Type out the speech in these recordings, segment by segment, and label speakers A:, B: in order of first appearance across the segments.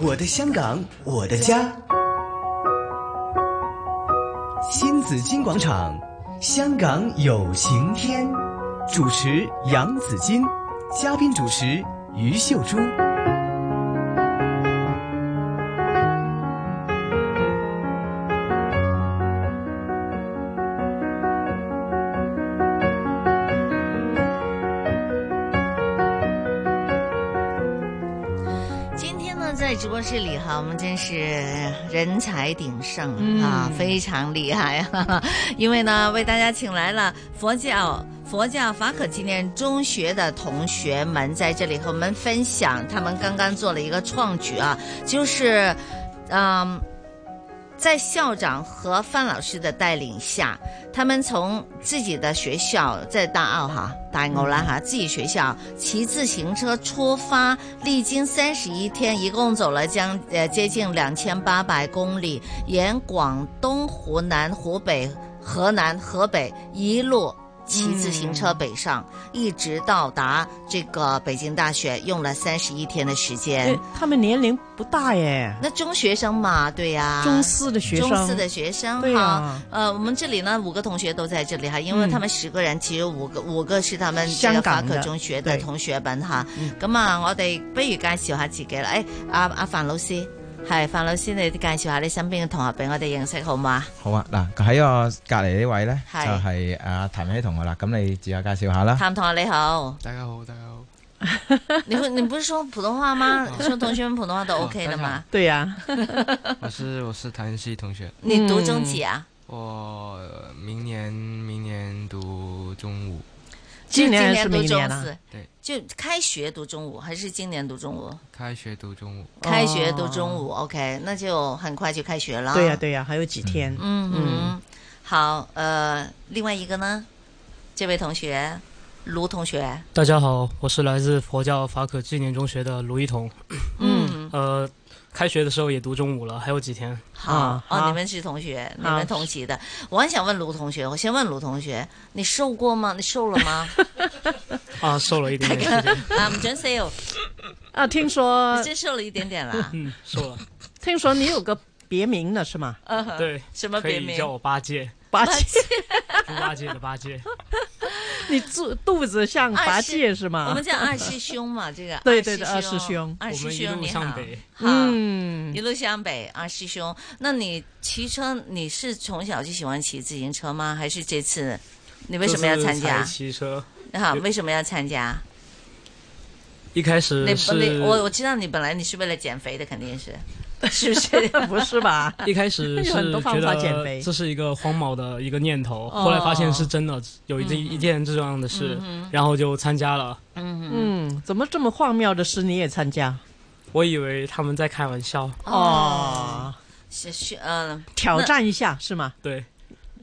A: 我的香港，我的家。新紫金广场，香港有晴天。主持杨紫金，嘉宾主持于秀珠。
B: 今天呢，在直播室里哈，我们真是人才鼎盛、啊，非常厉害啊！ 因为呢，为大家请来了佛教佛教法可纪念中学的同学们在这里和我们分享，他们刚刚做了一个创举啊，就是，嗯。在校长和范老师的带领下，他们从自己的学校在大澳哈大澳啦哈自己学校骑自行车出发，历经三十一天，一共走了将呃接近两千八百公里，沿广东、湖南、湖北、河南、河北一路。骑自行车北上，一直到达这个北京大学，用了三十一天的时间
C: 对。他们年龄不大耶，
B: 那中学生嘛，对呀、
C: 中四的学生，
B: 中四的学生
C: 对呀
B: 哈呃，我们这里呢五个同学都在这里哈，因为他们十个人，其实五个五个是他们这个
C: 香
B: 法
C: 港的
B: 科中學嘅
C: 對
B: 同學們吓。咁啊，我哋不如介紹下自己啦。誒，阿阿范老師，係范老師，你介紹下你身邊嘅同學俾我哋認識好嘛？
D: 好啊，嗱喺我隔離呢位咧就
B: 係
D: 係阿譚希同學啦，咁你自我介紹下啦。
B: 譚同學你好，
E: 大家好，大家好。啊
B: 你會你不是說普通話嗎？說同學們普通話都 OK 的嘛？
C: 对呀、
E: 我是我是谭妍希同学，嗯
B: 你讀中幾啊？
E: 我呃明年明年读中五，
B: 就
C: 今年还是
B: 讀
C: 明
B: 中
C: 年啊
B: 四
E: 对，
B: 就開學讀中五，還是今年讀中五？
E: 开学读中五。
B: 开学读中午、o k 那就很快就开学了。
C: 哦对呀、对呀、还有几天，
B: 嗯嗯，好，呃，另外一个呢，这位同学，卢同
C: 啊
B: 学，
F: 大家好，我是来自佛教法可纪念中学的卢一彤。
B: 嗯，
F: 呃，开学的时候也读中午了，还有几天。
B: 好，
C: 啊
B: 哦，
C: 好
B: 你们是同学，你
C: 好
B: 们同级的。我很想问卢同学，我先问卢同学，你瘦过吗？你瘦了 吗？
F: 啊，瘦了 一点点，谢谢。
B: 啊，唔准 say 哦，
C: 嗯 啊，听说
B: 你真瘦了一啊点点 啦。
F: 嗯，瘦了。
C: 听说你有个别名呢是吗？
B: 呃
F: 对，
B: 什么
F: 可
B: 别
F: 以
B: 名
F: 叫我 八戒，
C: 八戒，
F: 猪八戒的八戒。
C: 你肚肚子像八戒是吗？
B: 我们叫二师兄嘛，这个
C: 对对对
B: 二师
C: 二师兄
B: 二
F: 我
B: 师
F: 们一
B: 兄
F: 路
B: 你好
F: 向北，
B: 好
C: 嗯
B: 啊一，路向北啊，师兄，那你骑车你是从小就喜欢骑自行车吗？还是这次你为什么要参
F: 就是才
B: 加？
F: 骑车？
B: 啊，为什么要参加？
F: 一开
B: 你
F: 始
B: 不你
F: 是，
B: 我我知道你本来你是为了减肥的，肯定是，是不是？
C: 不是吧？
F: 一 开始
C: 有很
F: 是
C: 多方
F: 觉
C: 法减肥
F: 得这是一个荒谬的一个念头，
B: 哦嗯
F: 后来发现是真的，有一一件这样的事，然后就参加了。
C: 嗯，怎么这么荒谬的事你也参加？
F: 我以为他们在开玩笑，
C: 哦，
B: 是是嗯，
C: 挑战一下是吗？
F: 对，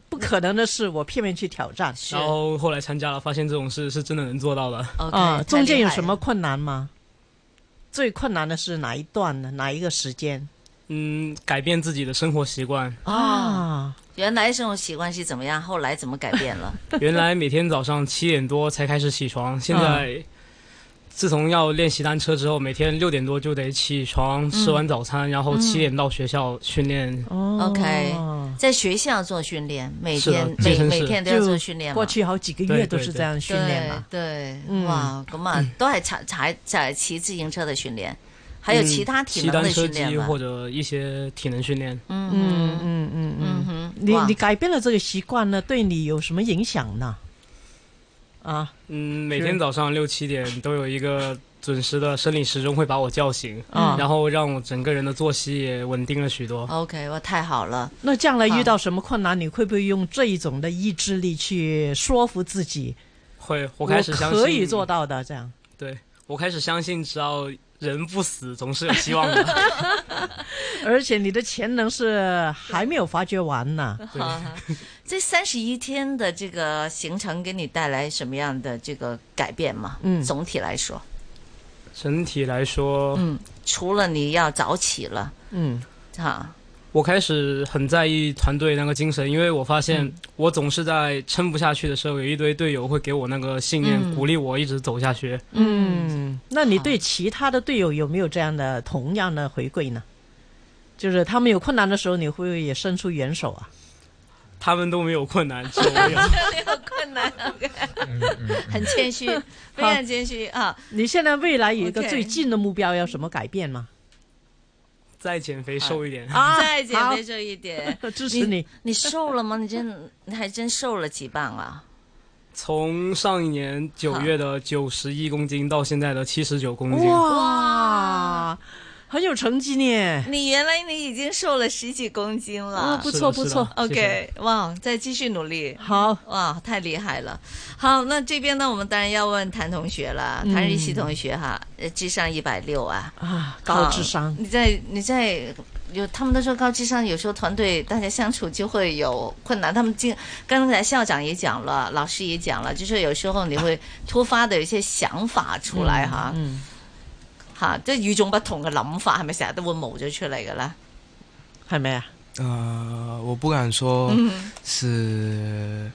C: 不可能的事，我偏偏去挑战。
B: 是
F: 然后后来参加了，发现这种事是真的能做到的。
B: OK，
C: 啊，
B: 太
C: 中间
B: 厉
C: 有
B: 害
C: 什
B: 了
C: 么困难吗？最困难的是哪一段呢？哪一个时间
F: 嗯，改变自己的生活习惯。
B: 哦，
C: 啊？
B: 原来生活习惯是怎么样，后来怎么改变了？
F: 原来每天早上七点多才开始起床，现
B: 啊
F: 在自从要练习单车之后，每天六点多就得起
B: 嗯
F: 床，吃完早餐，然后七点到学校训练。
C: 哦
B: OK 在学校做训练，每
F: 是的
B: 天
F: 健
B: 每
F: 身
B: 每
F: 室
B: 天都要做训练嘛。
C: 就过去好几个月都是这样训练了。
B: 对，对
C: 嗯
B: 哇，咁啊，都係踩踩踩骑自行车的训练，还有其他体
F: 嗯骑
B: 能
F: 单
B: 的
F: 车
B: 训练
F: 机
B: 嘛
F: 或。者一些体能训练，
B: 嗯嗯
C: 嗯嗯
B: 嗯
C: 嗯，
B: 哼，
C: 你
B: 哇
C: 你改变了这个习惯呢，对你有什么影响呢？啊
F: 嗯，每
C: 是
F: 天早上六七点都有一个准时的生理时钟会把我叫醒，
C: 啊，哦
F: 然后让我整个人的作息也稳定了许多。
B: OK，哇，太好了。
C: 那将来遇到什么困难，你会不会用这一种的意志力去说服自己？
F: 会，我
C: 我
F: 开始相信
C: 可以做到的，这样。
F: 对我开始相信，只要人不死，总是有希 望的。
C: 而且你的潜能是还没有发掘完呢。
F: 对，
B: 这三十一天的这个行程给你带来什么样的这个改变吗？
C: 嗯
B: 总体来说，嗯
F: 整体来说，
B: 嗯，除了你要早起了，
C: 嗯，
B: 哈，
F: 我开始很在意团队那个精神，因为我发
C: 嗯
F: 现我总是在撑不下去的时候，有一堆队友会给我那个信念，
B: 嗯
F: 鼓励我一直走下去。
C: 嗯，那你
B: 好
C: 对其他的队友有没有这样的同样的回馈呢？就是他们有困难的时候，你会不会也伸出援手啊？
F: 他们都没有困难，只有我有。
B: 没有困难，OK，很谦 虚，非常谦虚啊。
C: 你现在未来有一个
B: OK
C: 最近的目标，要什么改变吗？
F: 再减肥瘦一点，
C: 啊
B: 再减肥瘦一点，
C: 好 支持你。
B: 你瘦了吗？你真你还真瘦了几磅啊？
F: 从上一年九月的九十一公斤到现在的七十九公斤，
C: 哇，很有成绩呢。
B: 你原来你已经瘦了十几公斤
C: 哦，
B: 了。
C: 不
F: 是
C: 错
F: 的
C: 不
F: 是的
C: 错。
F: 谢谢
B: OK，哇，再继续努力。
C: 好，
B: 哇，太厉害了！好，那这边呢，我们当然要问谭同学了，
C: 嗯
B: 谭瑞希同学哈，呃智商一百六啊，
C: 啊，高智商
B: 好。你在你在有他们都说高智商，有时候团队大家相处就会有困难。他们经刚才校长也讲了，老师也讲了，就是有时候你会突发的有一些想法出来哈，
C: 嗯，
B: 吓即系與眾不同嘅諗法，係咪成日都會冒咗出嚟嘅咧？
C: 系咪啊？
E: 呃，我不敢说
B: 嗯
E: 是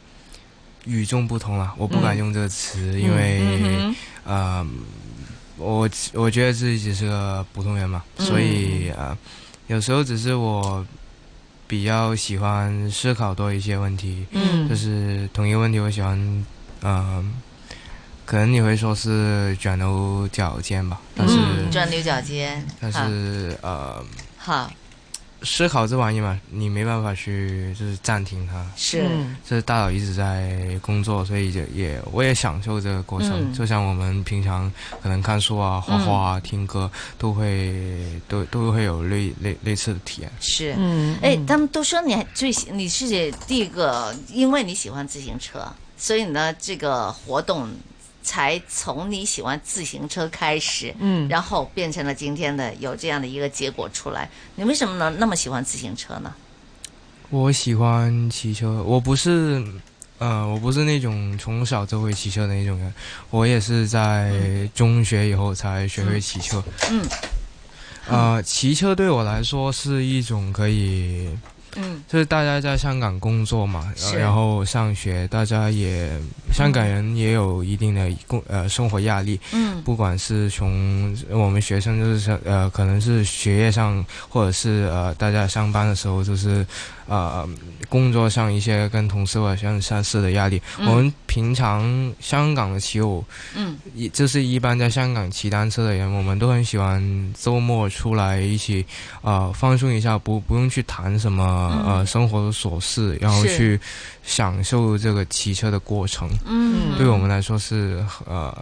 E: 与众不同了，我不敢用这个词，因为
B: 嗯
E: 呃，我我觉得自己是个普通人嘛，
B: 嗯
E: 所以呃，有时候只是我比较喜欢思考多一些问题，
B: 嗯
E: 就是同一个问题，我喜欢，嗯、可能你会说是钻牛角尖吧，但是、
B: 嗯，钻牛角尖，
E: 但是呃，
B: 好，
E: 思考这玩意嘛，你没办法去就是暂停它，
B: 是。
C: 嗯
E: 这大佬一直在工作，所以也也我也享受这个过程。
B: 嗯
E: 就像我们平常可能看书啊、画画啊、听歌，都会都都会有类类类似的体验。
B: 是，
C: 嗯
B: 哎，
C: 嗯
B: 他们都说你还最喜你是第一个，因为你喜欢自行车，所以呢，这个活动才从你喜欢自行车开始，
C: 嗯，
B: 然后变成了今天的有这样的一个结果出来。你为什么呢那么喜欢自行车呢？
E: 我喜欢骑车，我不是，呃，我不是那种从小就会骑车的那种人，我也是在中学以后才学会骑车。
B: 嗯，
E: 呃，骑车对我来说是一种可以
B: 嗯
E: 就是大家在香港工作嘛，然
B: 是
E: 然后上学，大家也香港人也有一定的工呃生活压力，
B: 嗯
E: 不管是从呃我们学生就是上呃可能是学业上，或者是呃大家上班的时候就是呃工作上一些跟同事或者像上司的压力。
B: 嗯
E: 我们平常香港的骑友，
B: 嗯
E: 一就是一般在香港骑单车的人，我们都很喜欢周末出来一起，呃，放松一下，不不用去谈什么、
B: 嗯
E: 呃生活的琐事，然后
B: 是
E: 去享受这个骑车的过程，
B: 嗯，
E: 对我们来说是呃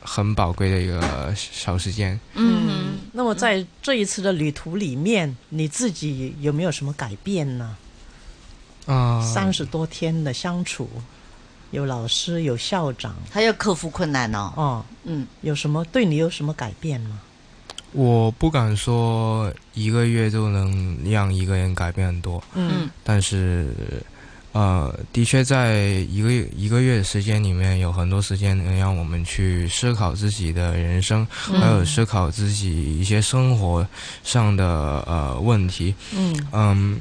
E: 很宝贵的一个小时间。
B: 嗯
C: 那么在这一次的旅途里面，你自己有没有什么改变呢？
E: 啊、
C: 三十多天的相处，有老师，有校长，
B: 还要克服困难哦。
C: 哦，
B: 嗯
C: 有什么对你有什么改变吗？
E: 我不敢说一个月就能让一个人改变很多，
B: 嗯
E: 但是，呃，的确在一个月一个月的时间里面，有很多时间能让我们去思考自己的人生，
B: 嗯
E: 还有思考自己一些生活上的呃问题。
C: 嗯
E: 嗯，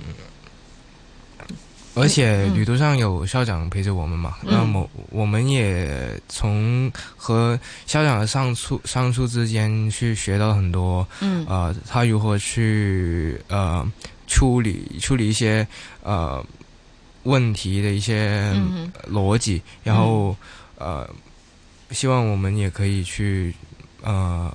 E: 而且
B: 嗯
E: 旅途上有校长陪着我们嘛，
B: 嗯
E: 那么我们也从和校长的上述上述之间去学到很多。
B: 嗯
E: 呃，他如何去呃处理处理一些呃问题的一些
B: 嗯
E: 逻辑，然后呃，希望我们也可以去呃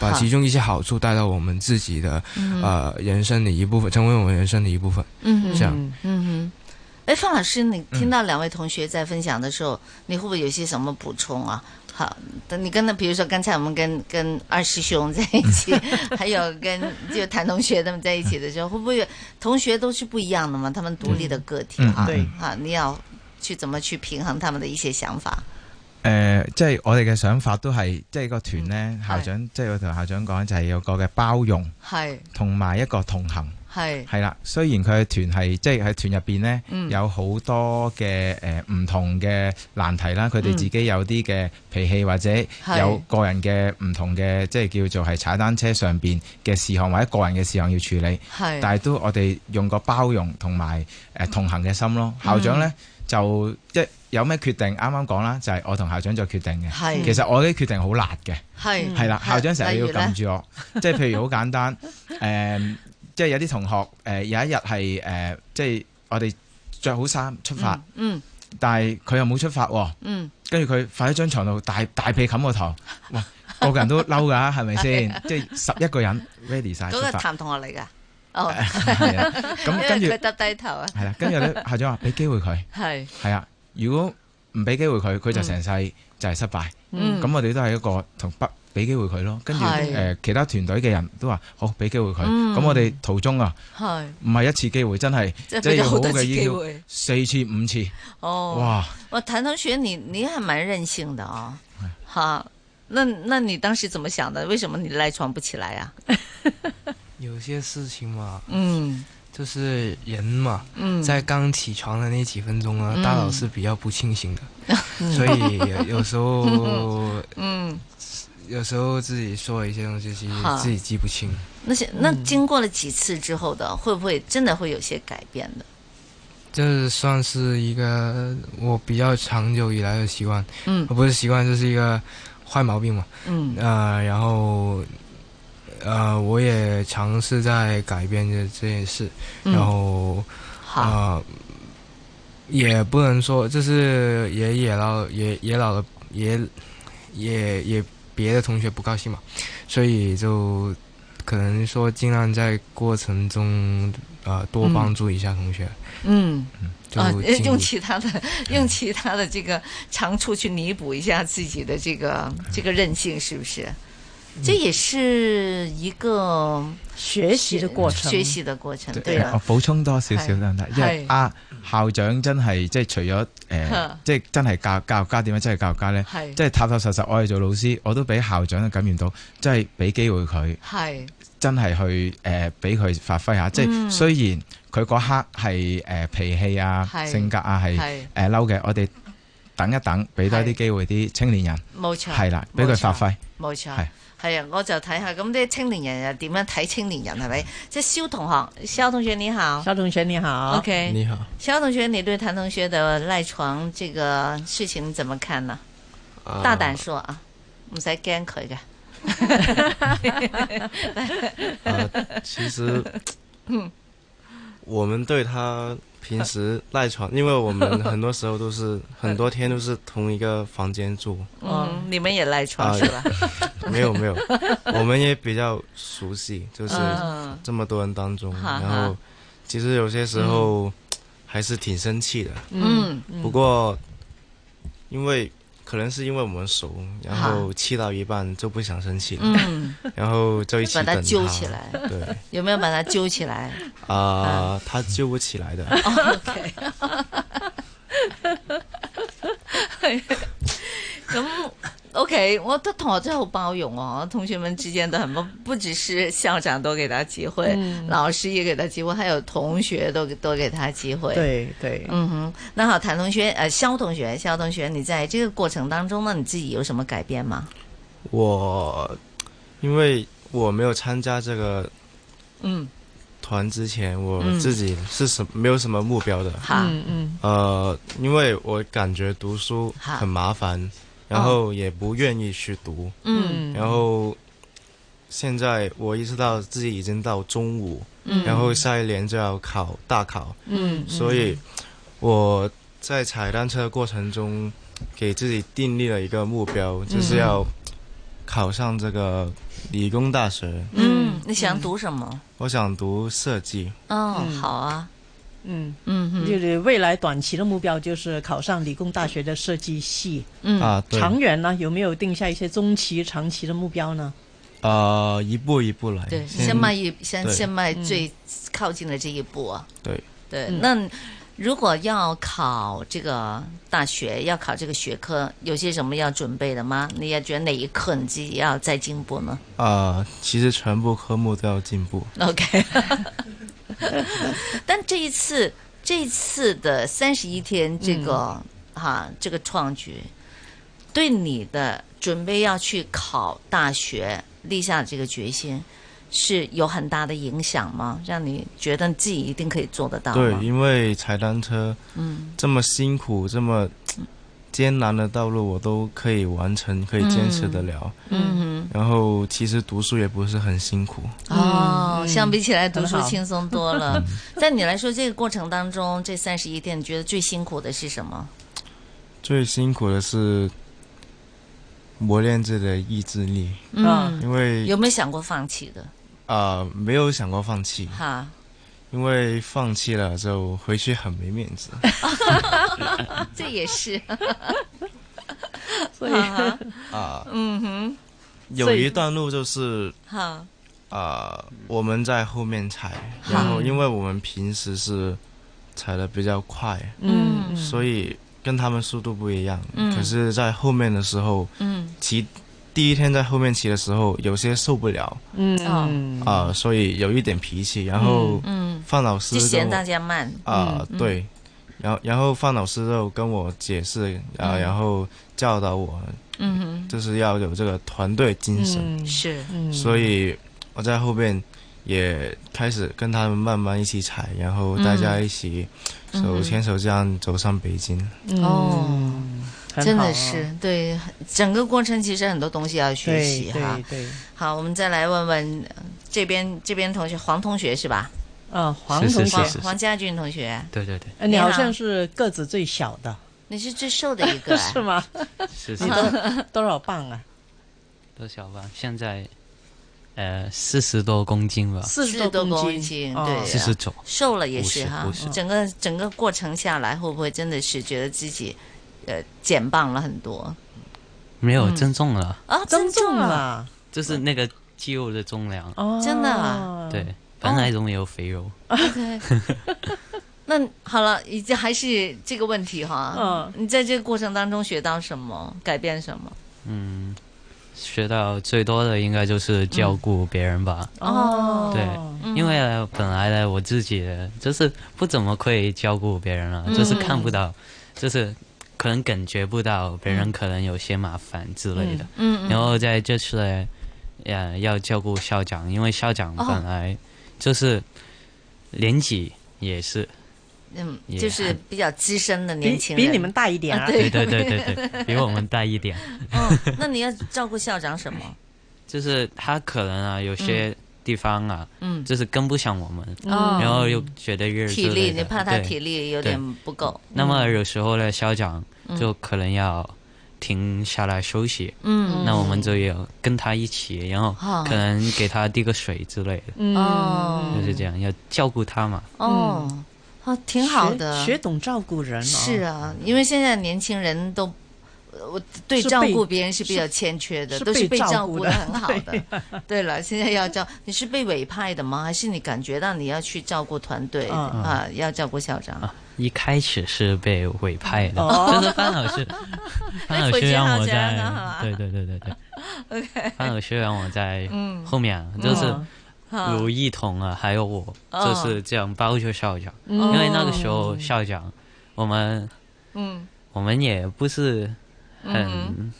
E: 把
B: 好
E: 其中一些好处带到我们自己的
B: 嗯
E: 呃人生的一部分，成为我们人生的一部分。
B: 嗯
E: 这样
B: 嗯哼，哎，范老师，你
D: 嗯
B: 听到两位同学在分享的时候，你会不会有些什么补充啊？好，等你跟他，比如说刚才我们跟跟二师兄在一 起，还有跟就谭同学他们在一起的时候，会不会有同学都是不一样的嘛？他们独立的个体
D: 嗯
B: 哈、啊，
C: 对
B: 啊，你要去怎么去平衡他们的一些想法？
D: 诶、即係我哋嘅想法都係，即係個團呢，
B: 嗯係
D: 校長即係我同校長講就係有個嘅包容
B: 系
D: 同埋一個同行，
B: 系係
D: 係啦，雖然佢嘅團係即係喺團入邊呢，
B: 嗯
D: 有好多嘅誒唔同嘅難題啦，佢哋
B: 嗯
D: 自己有啲嘅脾氣或者
B: 係
D: 有個人嘅唔同嘅即係叫做係踩單車上邊嘅事項或者個人嘅事項要處理，
B: 係，
D: 但係都我哋用個包容同埋誒同行嘅心咯。
B: 嗯
D: 校長呢，就即有咩決定，啱啱講啦，就係、我同校長做決定嘅。
B: 係
D: 其實我啲決定好辣嘅。
B: 係
D: 係啦，校長成日要
B: 例如呢
D: 撳住我，即係譬如好 簡單，誒、即係有啲同學誒、有一日係誒，即係我哋着好衫出發，
B: 嗯
D: 但係佢又冇出發喎，
B: 嗯
D: 跟住佢瞓喺張床度大大被冚 個頭，哇！個個人都嬲㗎，係咪先？即係十一個人 ready 晒
B: 嗯，
D: 出
B: 嗰個
D: 發，
B: 譚同學嚟㗎，哦，
D: 係啊
B: 因為
D: 咁跟住
B: 佢耷低頭啊，
D: 係啦，跟住咧校長話俾機會佢，
B: 係，
D: 係啊，如果唔俾機會佢，佢就成世就係失敗。
B: 嗯
D: 咁我哋都係一個同不俾機會佢咯，跟住
B: 係
D: 誒其他團隊嘅人都話好俾機會佢，
B: 嗯
D: 咁我哋途中啊
B: 係，
D: 唔係一次機會，真係
B: 即係
D: 真
B: 俾咗
D: 係要好
B: 好
D: 好
B: 多
D: 嘅
B: 次機
D: EQ，
B: 會，
D: 四次五次，
B: 哦，
D: 哇！
B: 哇，谭同学，你你还蛮任性的哦，哈，那那你当时怎么想的？为什么你赖床不起来啊？
E: 有些事情嘛，
B: 嗯
E: 就是人嘛，
B: 嗯，
E: 在刚起床的那几分钟啊，
B: 嗯
E: 大脑是比较不清醒的，所以有时候
B: 嗯，
E: 有时候自己说一些东西，其实
B: 好
E: 自己记不清。
B: 那些那经过了几次之后的，会不会真的会有些改变的？
E: 这算是一个我比较长久以来的习惯，
B: 嗯
E: 呃不是习惯，就是一个坏毛病嘛。
B: 嗯
E: 呃，然后呃，我也尝试在改变这这件事，然
B: 嗯，
E: 后
B: 好，
E: 啊、呃也不能说就是也也老也也老了也也也别的同学不高兴嘛，所以就可能说尽量在过程中呃多
B: 嗯
E: 帮助一下同学，
B: 嗯
E: 就
B: 啊，
E: 尽
B: 用其他的 用其他的这个长处去弥补一下自己的这个这个任性，是不是？这也是一个
C: 学习的过程，
B: 学习的过程，对
D: 誒
B: 啊
D: 我，補充多少少
B: 係
D: 得唔得？因為
B: 係
D: 啊校長真係即係除咗誒
B: 嚇，
D: 即係真係教教育家點樣啊真係教育家呢？
B: 系
D: 即係踏踏實實，我哋做老師，我都俾校長感染到，即係俾機會佢。
B: 系
D: 真係去誒俾佢發揮下，即
B: 嗯
D: 係雖然佢嗰刻係誒、呃脾氣啊、
B: 係
D: 性格啊係
B: 系
D: 誒嬲嘅，我哋等一等，俾多
B: 係
D: 啲機會啲青年人，
B: 冇错，
D: 係啦，俾佢發揮。
B: 冇錯，
D: 係
B: 係啊，我就睇下咁啲青年人又點樣睇青年人係咪？即係蕭同學，蕭同學你好
C: 肖同学你好
B: ，OK，
E: 你好。
B: 蕭同學，你對譚同學的賴床這個事情怎麼看呢？
E: 呃
B: 大膽說啊，唔使驚佢嘅，
G: 呃，其实，
B: 嗯
G: 我们对他平时赖床，因为我们很多时候都是很多天都是同一个房间住，
B: 嗯，你們也賴床
G: 啊
B: 是吧？
G: 没有没有，我们也比较熟悉，就是
B: 嗯，
G: 这么多人当中，
B: 哈哈
G: 然后其实有些时候还是挺生气的，
B: 嗯，
G: 不过因为。可能是因为我们熟，然
B: 哈
G: 后气到一半就不想生气了，
B: 嗯，
G: 然后就一起
B: 把
G: 等
B: 它
G: 他。
B: 揪起来，嗯
G: 对，
B: 有沒有把它揪起來？
G: 啊、他揪不起来 的。
B: 咁 OK，我覺得同學真係好包容哦，同學們之間都很包，不只是校長多給他機會，
C: 嗯
B: 老師也給他機會，還有同學都多給他機會。，
C: 对对，
B: 嗯哼。那好，谭同學，呃，肖同學，肖同學，你在這個過程当中呢，你自己有什么改变吗？
G: 我因为我没有参加这个
B: 嗯，
G: 团之前，我
B: 嗯
G: 自己是什没有什么目标的。
B: 好，
C: 嗯嗯
G: 呃，因为我感觉读书
B: 哈
G: 很麻烦，然后也不愿意去读。
B: 嗯
G: 然后现在我意识到自己已经到中午，
B: 嗯，
G: 然后下一年就要考大考，
C: 嗯
G: 所以我在踩单车的过程中，给自己订立了一个目标，
B: 嗯
G: 就是要考上这个理工大学。
B: 嗯，你想读什么？
G: 我想读设计，
B: 哦，
C: 嗯
B: 好啊，
C: 嗯，
B: 嗯
C: 就
B: 哼，
C: 是未来短期的目标就是考上理工大学的设计系。
B: 嗯，
G: 啊，对，
C: 长远呢，有没有定下一些中期、长期的目标呢？
G: 呃，一步一步来，
B: 对，
G: 先
B: 先迈一先
G: 对
B: 先迈最靠近的这一步啊。
G: 对
B: 对，
C: 嗯
B: 那如果要考这个大学，要考这个学科，有些什么要准备的吗？你也觉得哪一刻你自己要再进步呢
G: 啊、其实全部科目都要进步，
B: ？OK，但这一次，这一次的三十一天，这个哈、这个创举，对你的准备要去考大学立下这个决心，是有很大的影响吗？让你觉得自己一定可以做得到
G: 对
B: 吗，？
G: 因为踩单车
B: 嗯
G: 这么辛苦、这么艰难的道路，我都可以完成，可以坚持得了。
B: 嗯
G: 然后其实读书也不是很辛苦，
B: 哼，哦，
C: 嗯
B: 相比起来读书
C: 很好
B: 轻松多 了。在你来说，这个过程当中，这三十一天，你觉得最辛苦的是什么？
G: 最辛苦的是磨练自己的意志力，
B: 嗯，
G: 因为
B: 有没有想过放弃的？
G: 啊、没有想过放弃，
B: 哈，
G: 因为放弃了就回去很没面子。
B: 这也是，
C: 所以
B: 哈
G: 啊，
B: 嗯哼，
G: 有一段路就是
B: 哈，
G: 啊、我们在后面踩，然后因为我们平时是踩的比较快，
C: 嗯，嗯
G: 所以跟他们速度不一样。
B: 嗯
G: 可是，在后面的时候
B: 嗯，
G: 骑，第一天在后面骑的时候，有些受不了
C: 嗯
B: 哦
C: 嗯
G: 啊、所以有一点脾气。然后
B: 嗯，
G: 范老师
B: 就嫌
G: 跟
B: 大
G: 我
B: 家嗯慢，
G: 啊、对，然后然后范老师就跟我解释啊、
B: 嗯
G: 然后教导我，
B: 嗯
G: 就是要有这个团队精神。
B: 哼，是，
C: 嗯
G: 所以我在后边也开始跟他们慢慢一起踩，然后大家一起
B: 嗯
G: 手
B: 哼
G: 牵手这样走上北京。
B: 哦，
C: 嗯很好啊
B: 真的是对整个过程，其实很多东西要学习
C: 对
B: 哈
C: 对。对，
B: 好，我们再来问问呃这边这边同学黄同学是吧？
C: 啊，黄
G: 是
C: 同
G: 是
C: 学
G: 是，
B: 黄黄家俊同学，
H: 对对对，
C: 呃你好
B: 你好
C: 像是个子最小的，，
B: 你是最瘦的一个
C: 是吗？
H: 是
C: 你
H: 是
C: 多多少磅啊？
H: 多少吧？现在呃四十多公斤吧，
C: 四
B: 40
C: 十
B: 多
C: 公
B: 公斤
C: 哦
B: 对
H: 四十九。
B: 瘦了也是
H: 50
B: 哈
H: 50。
B: 整个整个过程下来，会不会真的是觉得自己呃减磅了很多
H: 没有
C: 嗯
H: 增重了，
B: 啊？
C: 增
B: 重
C: 重，了，
H: 就是那个肌肉的重量。
C: 哦，
B: 真的啊，
H: 对，本来都没有肥肉，
B: OK，那 好了，已经还是这个问题哈。
C: 嗯，
B: 你在这个过程当中学到什么，改变什么？
H: 嗯，学到最多的应该就是照顾别人吧。
B: 嗯
C: 哦，
H: 对因为呢本来呢，我自己就是不怎么会照顾别人了，啊
B: 嗯
H: 就是看不到，就是可能感觉不到别人可能有些麻烦之类的。
B: 嗯
H: 然后在这次呢，呃，要照顾校长，因为校长
B: 哦
H: 本来就是年纪也是，
B: 嗯嗯，
H: 也
B: 就是比较资深的年
C: 比
B: 轻人，
C: 比你们大 一点啊，
H: 对对对对对，比我们大一点。
B: 嗯， 那你要照顾校长什么？
H: 就是他可能啊，有些地方啊，
B: 嗯，
H: 就是跟不上我们，
B: 哦
H: 然后又觉得日
B: 体力，你怕他体
H: 力。
B: 力有点嗯不够，
H: 那么有时候呢，校长就可能要停下来休息，
B: 嗯
H: 那我们就要跟他一起，然后
B: 哦
H: 可能给他递个水之类的，
C: 嗯
B: 哦
H: 就是这样，要照顾他嘛。
B: 哦，哦，挺好的，
C: 嗯学学懂照顾人哦，
B: 是啊，因为现在年轻人都。呃我对
C: 是
B: 照
C: 被
B: 顾别人是比较欠缺的，
C: 是
B: 都是
C: 被
B: 被
C: 照
B: 照
C: 顾
B: 顾
C: 的
B: 的很 好的。对了，现在要照，你是被委派的吗？还是你感觉到你要去照顾团队、
C: 嗯嗯
B: 啊？要照顾校长？
H: 一开始是被委派的，
C: 哦
H: 就是范老师，范老
B: 回去
H: 师让
B: 好
H: 我
B: 像
H: 在
B: 很好啊，
H: 对对对对对，OK，范老师让我在
B: 嗯
H: 后面啊，就是
C: 嗯
B: 啊
H: 卢一彤啊，还有我，
B: 哦
H: 就是这样包着校长，
C: 嗯
H: 因为那个时候校长，我们
B: 嗯
H: 我们也不是
B: 嗯
H: 很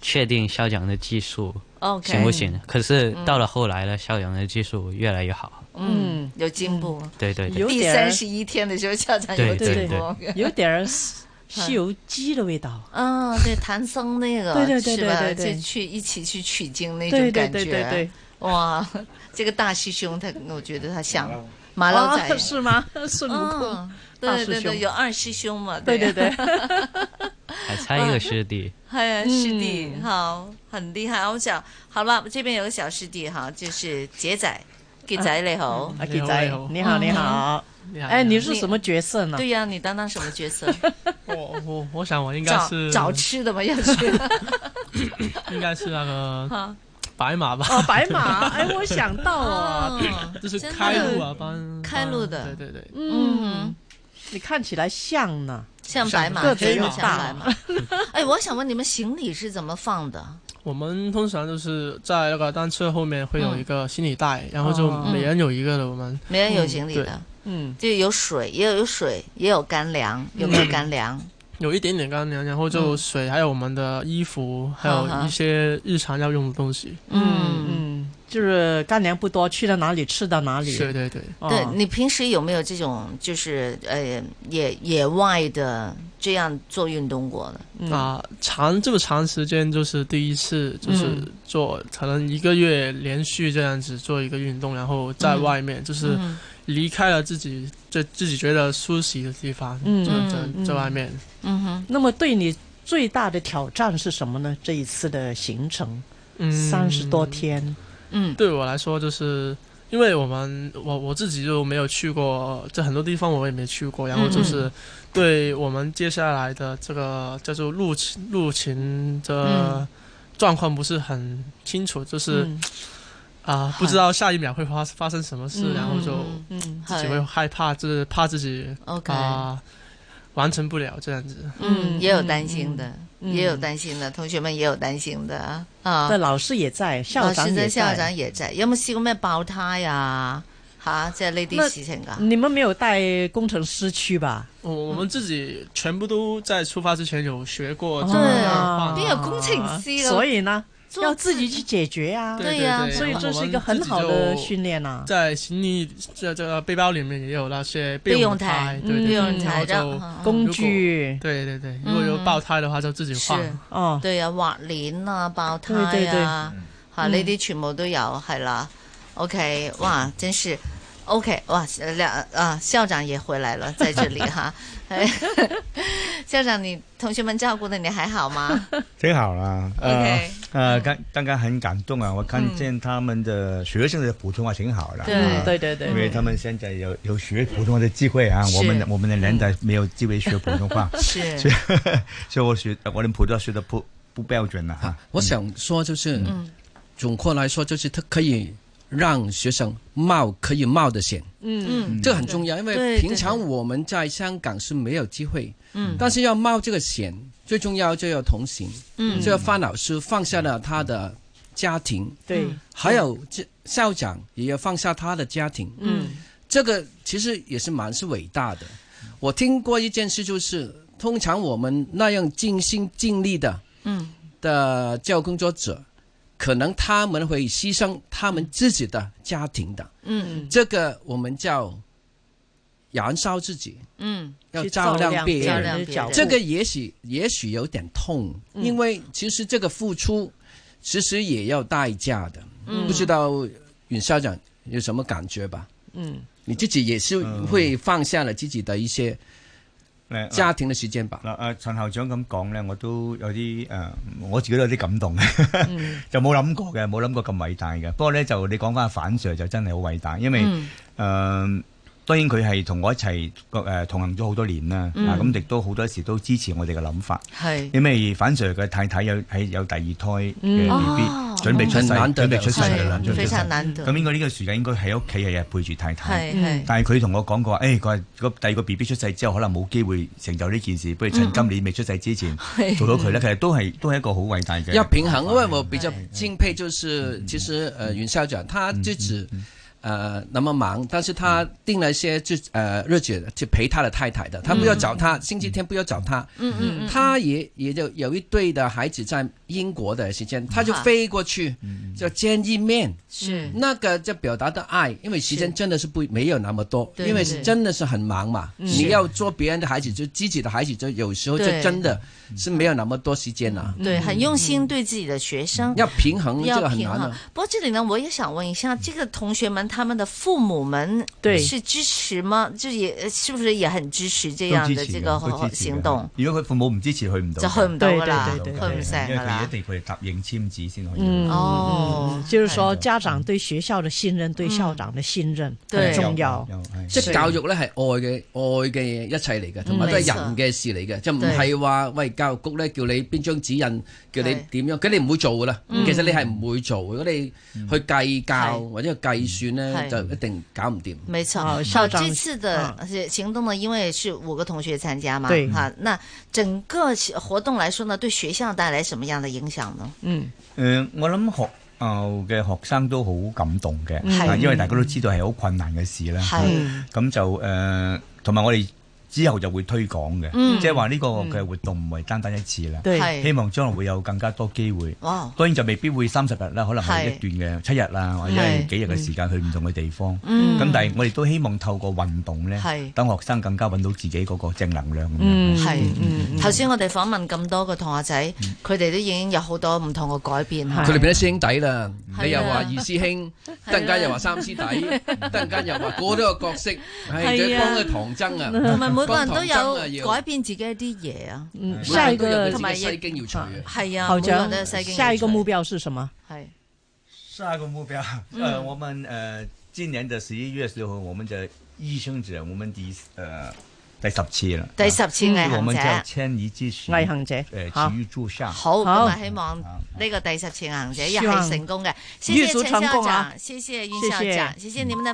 H: 确定校长的技术
B: ，OK，
H: 行不行，可是到了后来呢，校长的技术越来越好，
B: 嗯，有进步。
H: 对对对
C: 有
B: 第
C: 点
B: 三
C: 儿
B: 十一天的时候，校长有
H: 对对
B: 进步。
C: 有点儿西西游记的味道，
B: 嗯，对，唐僧那个
C: 对对对
B: 是吧？
C: 对对对
B: 就去一起去取经那
C: 对
B: 种
C: 对
B: 感觉。
C: 对对对，
B: 哇， 这个大师兄他，我觉得他像马
C: 马
B: 老仔。
C: 哦是吗？ 孙悟空，
B: 嗯，对
C: 大师
B: 对
C: 兄
B: 对，有二师兄嘛？
C: 对对对，
H: 还差一个师弟，
B: 哎呀，
C: 嗯
B: 师弟，好，很厉害。我想，好了，这边有个小师弟哈，就是杰仔，杰仔你好。嗯
C: 阿
F: 你
C: 吉
F: 好
C: 啊仔
F: 你好，
C: 嗯你好你好，哎，你嗯是什么角色呢？
B: 对呀、你担当什么角色？ 嗯
F: 我我我想我应该
B: 找
C: 嗯
F: 是
B: 找吃的吗？要 去
F: 应该是那 个
B: 啊？
F: 白马吧，
C: 哦，白马，哎， 我想到啊，
B: 哦
F: 就是
B: 真的
F: 开路啊，帮
B: 开路的
F: 帮对对对，
B: 嗯，
C: 你看起来像呢，
B: 像白马，
C: 个子
B: 真的
C: 又
B: 像
C: 大
B: 白马。哎，我想问你们行李是怎么放的？
I: 我们通常都是在那个单车后面会有
B: 嗯
I: 一个行李袋，然后就
C: 哦
I: 每人有一个的。我们
B: 没人有行李的，
C: 嗯
B: 就有水，也有有水，也有干粮，有没有干粮？
I: 有一点点干粮，然后就
B: 嗯
I: 水，还有我们的衣服，还
B: 好好
I: 有一些日常要用的东西。
C: 嗯嗯，就是干粮不多，去到哪里吃到哪里。
I: 对对对，
C: 哦
B: 对你平时有没有这种就是呃野野外的这样做运动过的？
C: 嗯
I: 啊，长这么长时间就是第一次，就是
B: 嗯
I: 做可能一个月连续这样子做一个运动，然后在
B: 嗯
I: 外面就是
B: 嗯
I: 离开了自己最自己觉得舒适的地方，
C: 嗯
I: 就
B: 嗯
I: 在在外面。
B: 嗯哼，
C: 那么对你最大的挑战是什么呢？这一次的行程
I: 嗯，
C: 三十多天，
B: 嗯
I: 对我来说，就是因为我们我我自己就没有去过，这很多地方我也没去过，然后
B: 嗯
I: 就是对我们接下来的这个叫做路勤路勤的
B: 嗯
I: 状况不是很清楚，就是
C: 嗯
I: 啊、不知道下一秒会发发生什么事，然后就
B: 嗯
C: 嗯
I: 自己
B: 很
I: 会害怕，就是怕自己
B: OK，
I: 啊、完成不了这样子。
B: 嗯，
C: 嗯
B: 也有担心的，
C: 嗯
B: 也有担心的，同学们也有担心的啊啊
C: 对，。老师也在，校
B: 老
C: 长
B: 师
C: 也
B: 在校長也在，有冇試過咩爆胎啊呀？吓，即係呢啲事情㗎。
C: 你们没有带工程师去吧？
I: 我哦我们自己全部都在出发之前有学过这
B: 对
I: 么
B: 啊
I: 样
B: 邊有工程師㗎
C: 哦所以呢，
B: 做啊
C: 要自己去解决呀。
I: 对
B: 對呀
I: 对
C: 所以
I: 然后
C: 这
I: 我
C: 是一
I: 们
C: 个很
I: 自己
C: 好的
I: 就
C: 训练啊呐。
I: 在行李这这个背包里面也有那些
B: 備用
I: 用
B: 胎
I: 对对
B: 備
I: 对，
B: 用
I: 然
B: 台
I: 后
B: 讓
I: 就
B: 啊
C: 工具
I: 对对对，如果有爆胎的话就自己换。
B: 是
C: 哦，
B: 對啊，滑鏈啊，爆胎
C: 對對對
B: 啊，嚇呢啲全部都有，係啦。OK，哇，真是 OK，哇，兩啊校長也回來了，在這裡哈。 哎校長，你同學們照顧的你還好嗎
J: 挺好啦。
B: ？OK，嗯
J: 呃，刚刚刚很感动啊！我看见他们的学生的普通话挺好的，
B: 对
J: 啊
C: 对对对
J: 因，为他们现在有有学普通话的机会啊，
B: 是，
J: 我们的我们的年代没有机会学普通话
B: 是
J: 所以 所以我学我的普通话学的不不标准了哈。
K: 我想说就是，
B: 嗯
K: 总括来说就是它可以让学生冒可以冒的险，
C: 嗯
B: 嗯
K: 这个很重要，因
B: 对
K: 为平常我们在香港是没有机会，
B: 嗯
K: 但是要冒这个险，最重要就要同行，
B: 嗯
K: 就要范老师放下了他的家庭，
C: 对，
K: 还有这校长也要放下他的家庭，
C: 嗯
K: 这个其实也是蛮是伟大的。我听过一件事，就是通常我们那样尽心尽力的，
B: 嗯，
K: 的教育工作者，可能他们会牺牲他们自己的家庭的，
B: 嗯
K: 这个我们叫燃烧自己，
B: 嗯，
K: 要
C: 去
K: 照亮别
B: 照
K: 人。
B: 亮
C: 的
B: 别
C: 脚
B: 人嗯
C: 步
K: 这个也许也许有点痛，因为其实这个付出，其实也要代价的。
B: 嗯
K: 不知道尹校长有什么感觉吧？
C: 嗯
K: 你自己也是会放下了自己的一些
J: 嗯
K: 家庭的时间吧？
J: 嗱，阿啊陳校長咁講咧，我都有啲誒、呃我自己都有啲感動
B: 嗯
J: 就冇諗過嘅，冇諗過咁偉大嘅。不過咧，就你講翻反 Sir 就真係好偉大，因為誒、
B: 嗯
J: 呃、當然佢係同我一齊誒、呃同行咗好多年啦，
B: 嗯
J: 啊咁亦都好多時都支持我哋嘅諗法。
B: 係
J: 因為反 Sir 嘅太太有係有第二胎嘅 B B
B: 哦
J: 準備出世，
K: 很難得
J: 準備出世
K: 非常
J: 嘅啦，
K: 難
J: 準備
K: 得
B: 係
J: 出
B: 非
J: 世
B: 常難得，
J: 咁應該呢個時間應該喺屋企日日陪住太太。
B: 係係
J: 但係佢同我講過話，誒佢話個第二個 B B 出世之後，可能冇機會成就呢件事，不如趁今年未出世之前
B: 嗯
J: 做到佢咧。其實都係都係一個好偉大嘅。
K: 要平衡，因为我比较敬佩，就是其实呃，云校长他就只呃那么忙，但是他定了一些就呃日子去陪他的太太的，他不要找他，星期天不要找他，
B: 嗯嗯嗯，
K: 他也也就有一对的孩子在英国的时间，他就飞过去就见一面，
B: 啊是嗯
K: 那个就表达的爱，因为时间真的是不没有那么多，
B: 对
K: 因为
B: 对嗯
K: 是真的是很忙嘛，你要做别人的孩子，就自己的孩子，就有时候就
B: 对
K: 真的是没有那么多时间了。
B: 对，很用心对自己的学生。
K: 要平衡这
B: 要
K: 个很
B: 平
K: 难啊
B: 衡
K: 的。，
B: 不过这里呢，我也想问一下，这个同学们他们的父母们
C: 对
B: 是支持吗？就也是不是也很支持这样
J: 都
B: 的
J: 支持
B: 这
J: 嘅
B: 个
K: 啊
J: 都支持嘅
B: 行動？
J: 如果佢父母唔支持，去唔到
B: 就
J: 嘅。
B: 去唔到噶啦，
C: 對
J: 去
C: 對
J: 唔
C: 對
J: 到嘅
B: 去唔成
J: 呃因為
B: 噶
J: 佢
B: 啦
J: 一。定佢哋答應簽字先可以。
C: 嗯
B: 哦
C: 嗯就是说家长对学校的信任，对校长的信任
B: 對
C: 很重要。
J: 有
B: 哎
J: 係
K: 即係教育咧係愛嘅愛嘅嘢一齊嚟嘅，同埋都係人嘅事嚟嘅，就唔係話喂教育局咧叫你邊張指引，叫你點樣，佢哋唔會做噶啦。其實你係唔會做嘅，如果你去計較或者去計算咧，咧
B: 係
K: 就一定搞唔掂。
B: 没错，
K: 好
B: 好
K: 校长
B: 这次的呃行动呢，因为是五个同学参加嘛，
K: 对
B: 哈，那整个活动来说呢，对学校带来什么样的影响呢？
C: 嗯，
J: 诶、呃我諗學校嘅學生都好感動嘅，
B: 係
J: 啊因為大家都知道係好困難嘅事啦。
B: 嗯係
J: 啊咁就诶，呃同、埋我哋之後就會推廣嘅，
B: 嗯
J: 即係話呢個嘅活動唔係單單一次啦。
B: 對哦係
J: 希望將來會有更加多機會。
B: 哇
J: 當然就未必會三十日啦，可能係一段嘅七日啦，或者係
B: 哦係
J: 幾日嘅時間去唔同嘅地方。
B: 嗯
J: 咁但係我哋都希望透過運動咧
B: 係，
J: 等學生更加揾到自己嗰個正能量咁樣。
B: 嗯，係，嗯，頭先我哋訪問咁多個同學仔，佢哋都已經有好多唔同嘅改變嚇。
K: 佢哋變咗師兄弟啦，
B: 係
K: 你又話
B: 啊
K: 二師兄，突然間又話三師弟，突然間又話嗰多個角色，係仲
B: 係
K: 要
B: 啊
K: 幫佢唐僧啊，
B: 同埋每個人都
K: 幫唐僧啊
B: 有改，變自己一啲嘢啊。
C: 嗯
K: 要
C: 下一
K: 每人
C: 個
K: 都有佢自己西經要除嘅。
B: 係啊，
C: 校
B: 每個人
C: 长
B: 都有西經
C: 下一個
B: 要
C: 目標是什麼？
B: 除係
J: 下一个目标，
B: 嗯
J: 呃，我们呃，今年的十一月时候，我们的医生者，我们第呃第十次了，
B: 第十次毅
J: 啊我
B: 行
J: 们
B: 者。
J: 叫千里之行，
C: 毅行者
J: 呃，
C: 好
J: 奇遇助上，
B: 好，咁啊，希望呢個第十次毅行者又係成功嘅。謝
C: 希望
B: 謝陳
C: 預祝成
B: 校
C: 功啊
B: 長，謝謝殷校長，謝謝你們的。